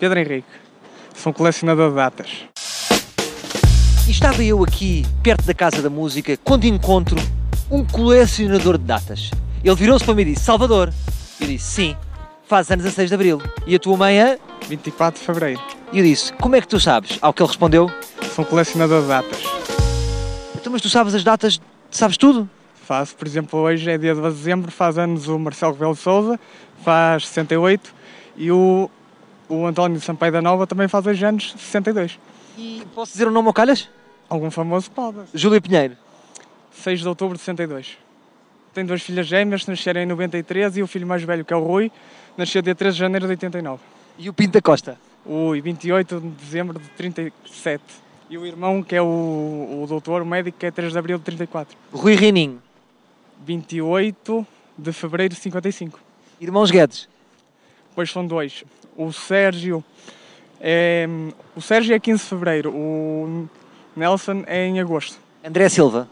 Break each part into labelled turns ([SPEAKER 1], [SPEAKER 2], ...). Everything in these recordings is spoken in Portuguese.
[SPEAKER 1] Pedro Henrique. Sou um colecionador de datas.
[SPEAKER 2] E estava eu aqui, perto da Casa da Música, quando encontro um colecionador de datas. Ele virou-se para mim e disse: Salvador. Eu disse: Sim, faz anos a 6 de abril. E a tua mãe é?
[SPEAKER 1] 24 de Fevereiro.
[SPEAKER 2] E eu disse: Como é que tu sabes? Ao que ele respondeu:
[SPEAKER 1] Sou um colecionador de datas.
[SPEAKER 2] Então, mas tu sabes as datas, sabes tudo?
[SPEAKER 1] Faço, por exemplo, hoje é dia de 12 de dezembro, faz anos o Marcelo Rebelo de Souza, faz 68, e o, o António Sampaio da Nova também faz hoje anos 62.
[SPEAKER 2] E posso dizer o nome ao calhas?
[SPEAKER 1] Algum famoso pode.
[SPEAKER 2] Júlio Pinheiro.
[SPEAKER 1] 6 de outubro de 62. Tenho duas filhas gêmeas, nasceram em 93, e o filho mais velho, que é o Rui, nasceu dia 13 de janeiro de 89.
[SPEAKER 2] E o Pinto da Costa.
[SPEAKER 1] O 28 de dezembro de 37. E o irmão, que é o, o doutor, o médico, que é 3 de abril de 34.
[SPEAKER 2] Rui Reininho.
[SPEAKER 1] 28 de fevereiro de 55.
[SPEAKER 2] Irmãos Guedes.
[SPEAKER 1] Pois são dois. O Sérgio é, o Sérgio é 15 de fevereiro, o Nelson é em agosto.
[SPEAKER 2] André Silva.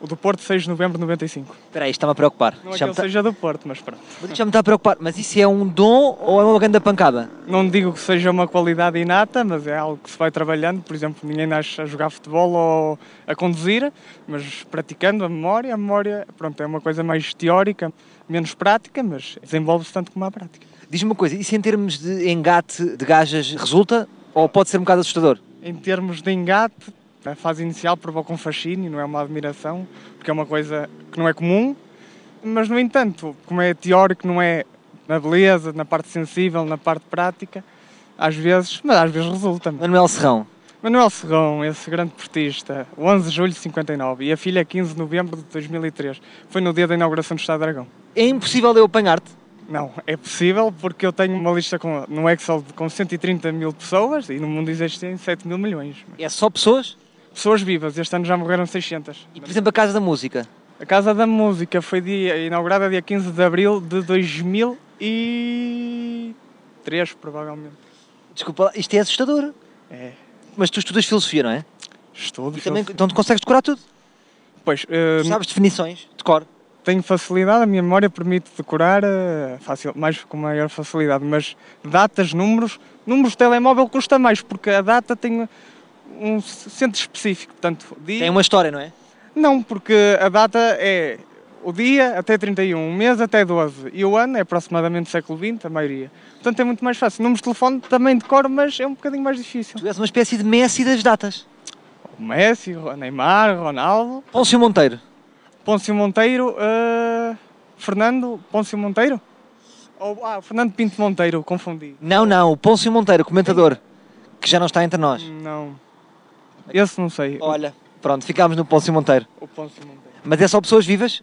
[SPEAKER 1] O do Porto, 6 de novembro de 95.
[SPEAKER 2] Espera aí, está-me a preocupar.
[SPEAKER 1] Não é que
[SPEAKER 2] Já tá- me
[SPEAKER 1] ele
[SPEAKER 2] está-
[SPEAKER 1] seja do Porto, mas pronto.
[SPEAKER 2] Já me está a preocupar. Mas isso é um dom ou é uma grande pancada?
[SPEAKER 1] Não digo que seja uma qualidade inata, mas é algo que se vai trabalhando. Por exemplo, ninguém nasce a jogar futebol ou a conduzir, mas praticando a memória, a memória pronto, é uma coisa mais teórica, menos prática, mas desenvolve-se tanto como a prática.
[SPEAKER 2] Diz-me uma coisa, isso em termos de engate de gajas resulta? Ou pode ser um bocado assustador?
[SPEAKER 1] Em termos de engate, a fase inicial provoca um fascínio, não é uma admiração, porque é uma coisa que não é comum, mas no entanto, como é teórico, não é na beleza, na parte sensível, na parte prática, às vezes, mas às vezes resulta. é?
[SPEAKER 2] Manuel Serrão.
[SPEAKER 1] Manuel Serrão, esse grande portista, 11 de julho de 59 e a filha 15 de novembro de 2003. Foi no dia da inauguração do Estado Dragão.
[SPEAKER 2] É impossível eu apanhar-te?
[SPEAKER 1] Não, é possível porque eu tenho uma lista com, no Excel de- com 130 mil pessoas e no mundo existem 7 mil milhões.
[SPEAKER 2] É só pessoas?
[SPEAKER 1] Pessoas vivas, este ano já morreram 600.
[SPEAKER 2] E, por exemplo, a Casa da Música.
[SPEAKER 1] A Casa da Música foi dia- inaugurada dia 15 de abril de 2003, provavelmente.
[SPEAKER 2] Desculpa, lá, isto é assustador.
[SPEAKER 1] É,
[SPEAKER 2] Mas tu estudas filosofia, não é?
[SPEAKER 1] estudo.
[SPEAKER 2] E também,
[SPEAKER 1] filosofia.
[SPEAKER 2] então tu consegues decorar tudo.
[SPEAKER 1] Pois, eh,
[SPEAKER 2] Tu sabes definições, de cor.
[SPEAKER 1] tenho facilidade, a minha memória permite decorar eh, facil, mais com maior facilidade, mas datas, números, números de telemóvel custa mais, porque a data tem um c- centro específico, portanto, dia...
[SPEAKER 2] Tem uma história, não é?
[SPEAKER 1] Não, porque a data é o dia até 31, o mês até 12, e o ano é aproximadamente século XX, a maioria. Portanto, é muito mais fácil. Números de telefone também decoro, mas é um bocadinho mais difícil.
[SPEAKER 2] Tu és uma espécie de Messi das datas.
[SPEAKER 1] O Messi, o Neymar, Ronaldo,
[SPEAKER 2] Pôncio Monteiro.
[SPEAKER 1] Pôncio Monteiro, eh, Fernando Pôncio Monteiro? Ou, ah, Fernando Pinto Monteiro, confundi.
[SPEAKER 2] Não, não, o Pôncio Monteiro, comentador, que já não está entre nós.
[SPEAKER 1] Não. Esse não sei.
[SPEAKER 2] Olha, pronto, ficámos no Pôncio Monteiro.
[SPEAKER 1] O Pôncio Monteiro.
[SPEAKER 2] Mas é só pessoas vivas?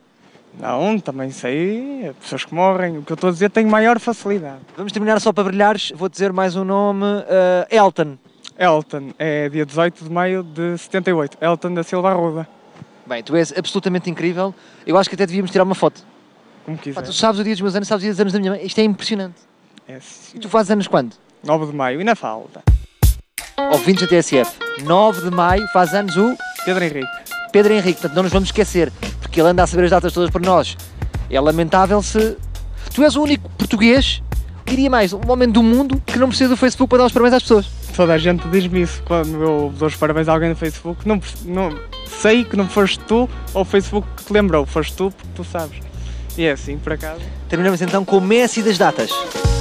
[SPEAKER 1] Não, também sei. é Pessoas que morrem. O que eu estou a dizer tem maior facilidade.
[SPEAKER 2] Vamos terminar só para brilhares, vou dizer mais um nome, eh, Elton.
[SPEAKER 1] Elton, é dia 18 de maio de 78. Elton da Silva Arruda.
[SPEAKER 2] Bem, tu és absolutamente incrível, eu acho que até devíamos tirar uma foto.
[SPEAKER 1] Como
[SPEAKER 2] Pá,
[SPEAKER 1] quiser.
[SPEAKER 2] tu sabes o dia dos meus anos, sabes o dia dos anos da minha mãe, isto é impressionante.
[SPEAKER 1] É
[SPEAKER 2] E tu fazes anos quando?
[SPEAKER 1] 9 de maio. E na falta?
[SPEAKER 2] Ouvintes da TSF, 9 de maio faz anos o
[SPEAKER 1] Pedro Henrique.
[SPEAKER 2] Pedro Henrique, portanto não nos vamos esquecer, porque ele anda a saber as datas todas por nós. É lamentável se... Tu és o único português, diria mais, um homem do mundo que não precisa do Facebook para dar os parabéns às pessoas.
[SPEAKER 1] Toda a gente diz-me isso quando eu dou os parabéns a alguém no Facebook. Não, perce- não- sei que não foste tu ou o Facebook que te lembrou. Foste tu porque tu sabes. E é assim, por acaso.
[SPEAKER 2] Terminamos então com o Messi das datas.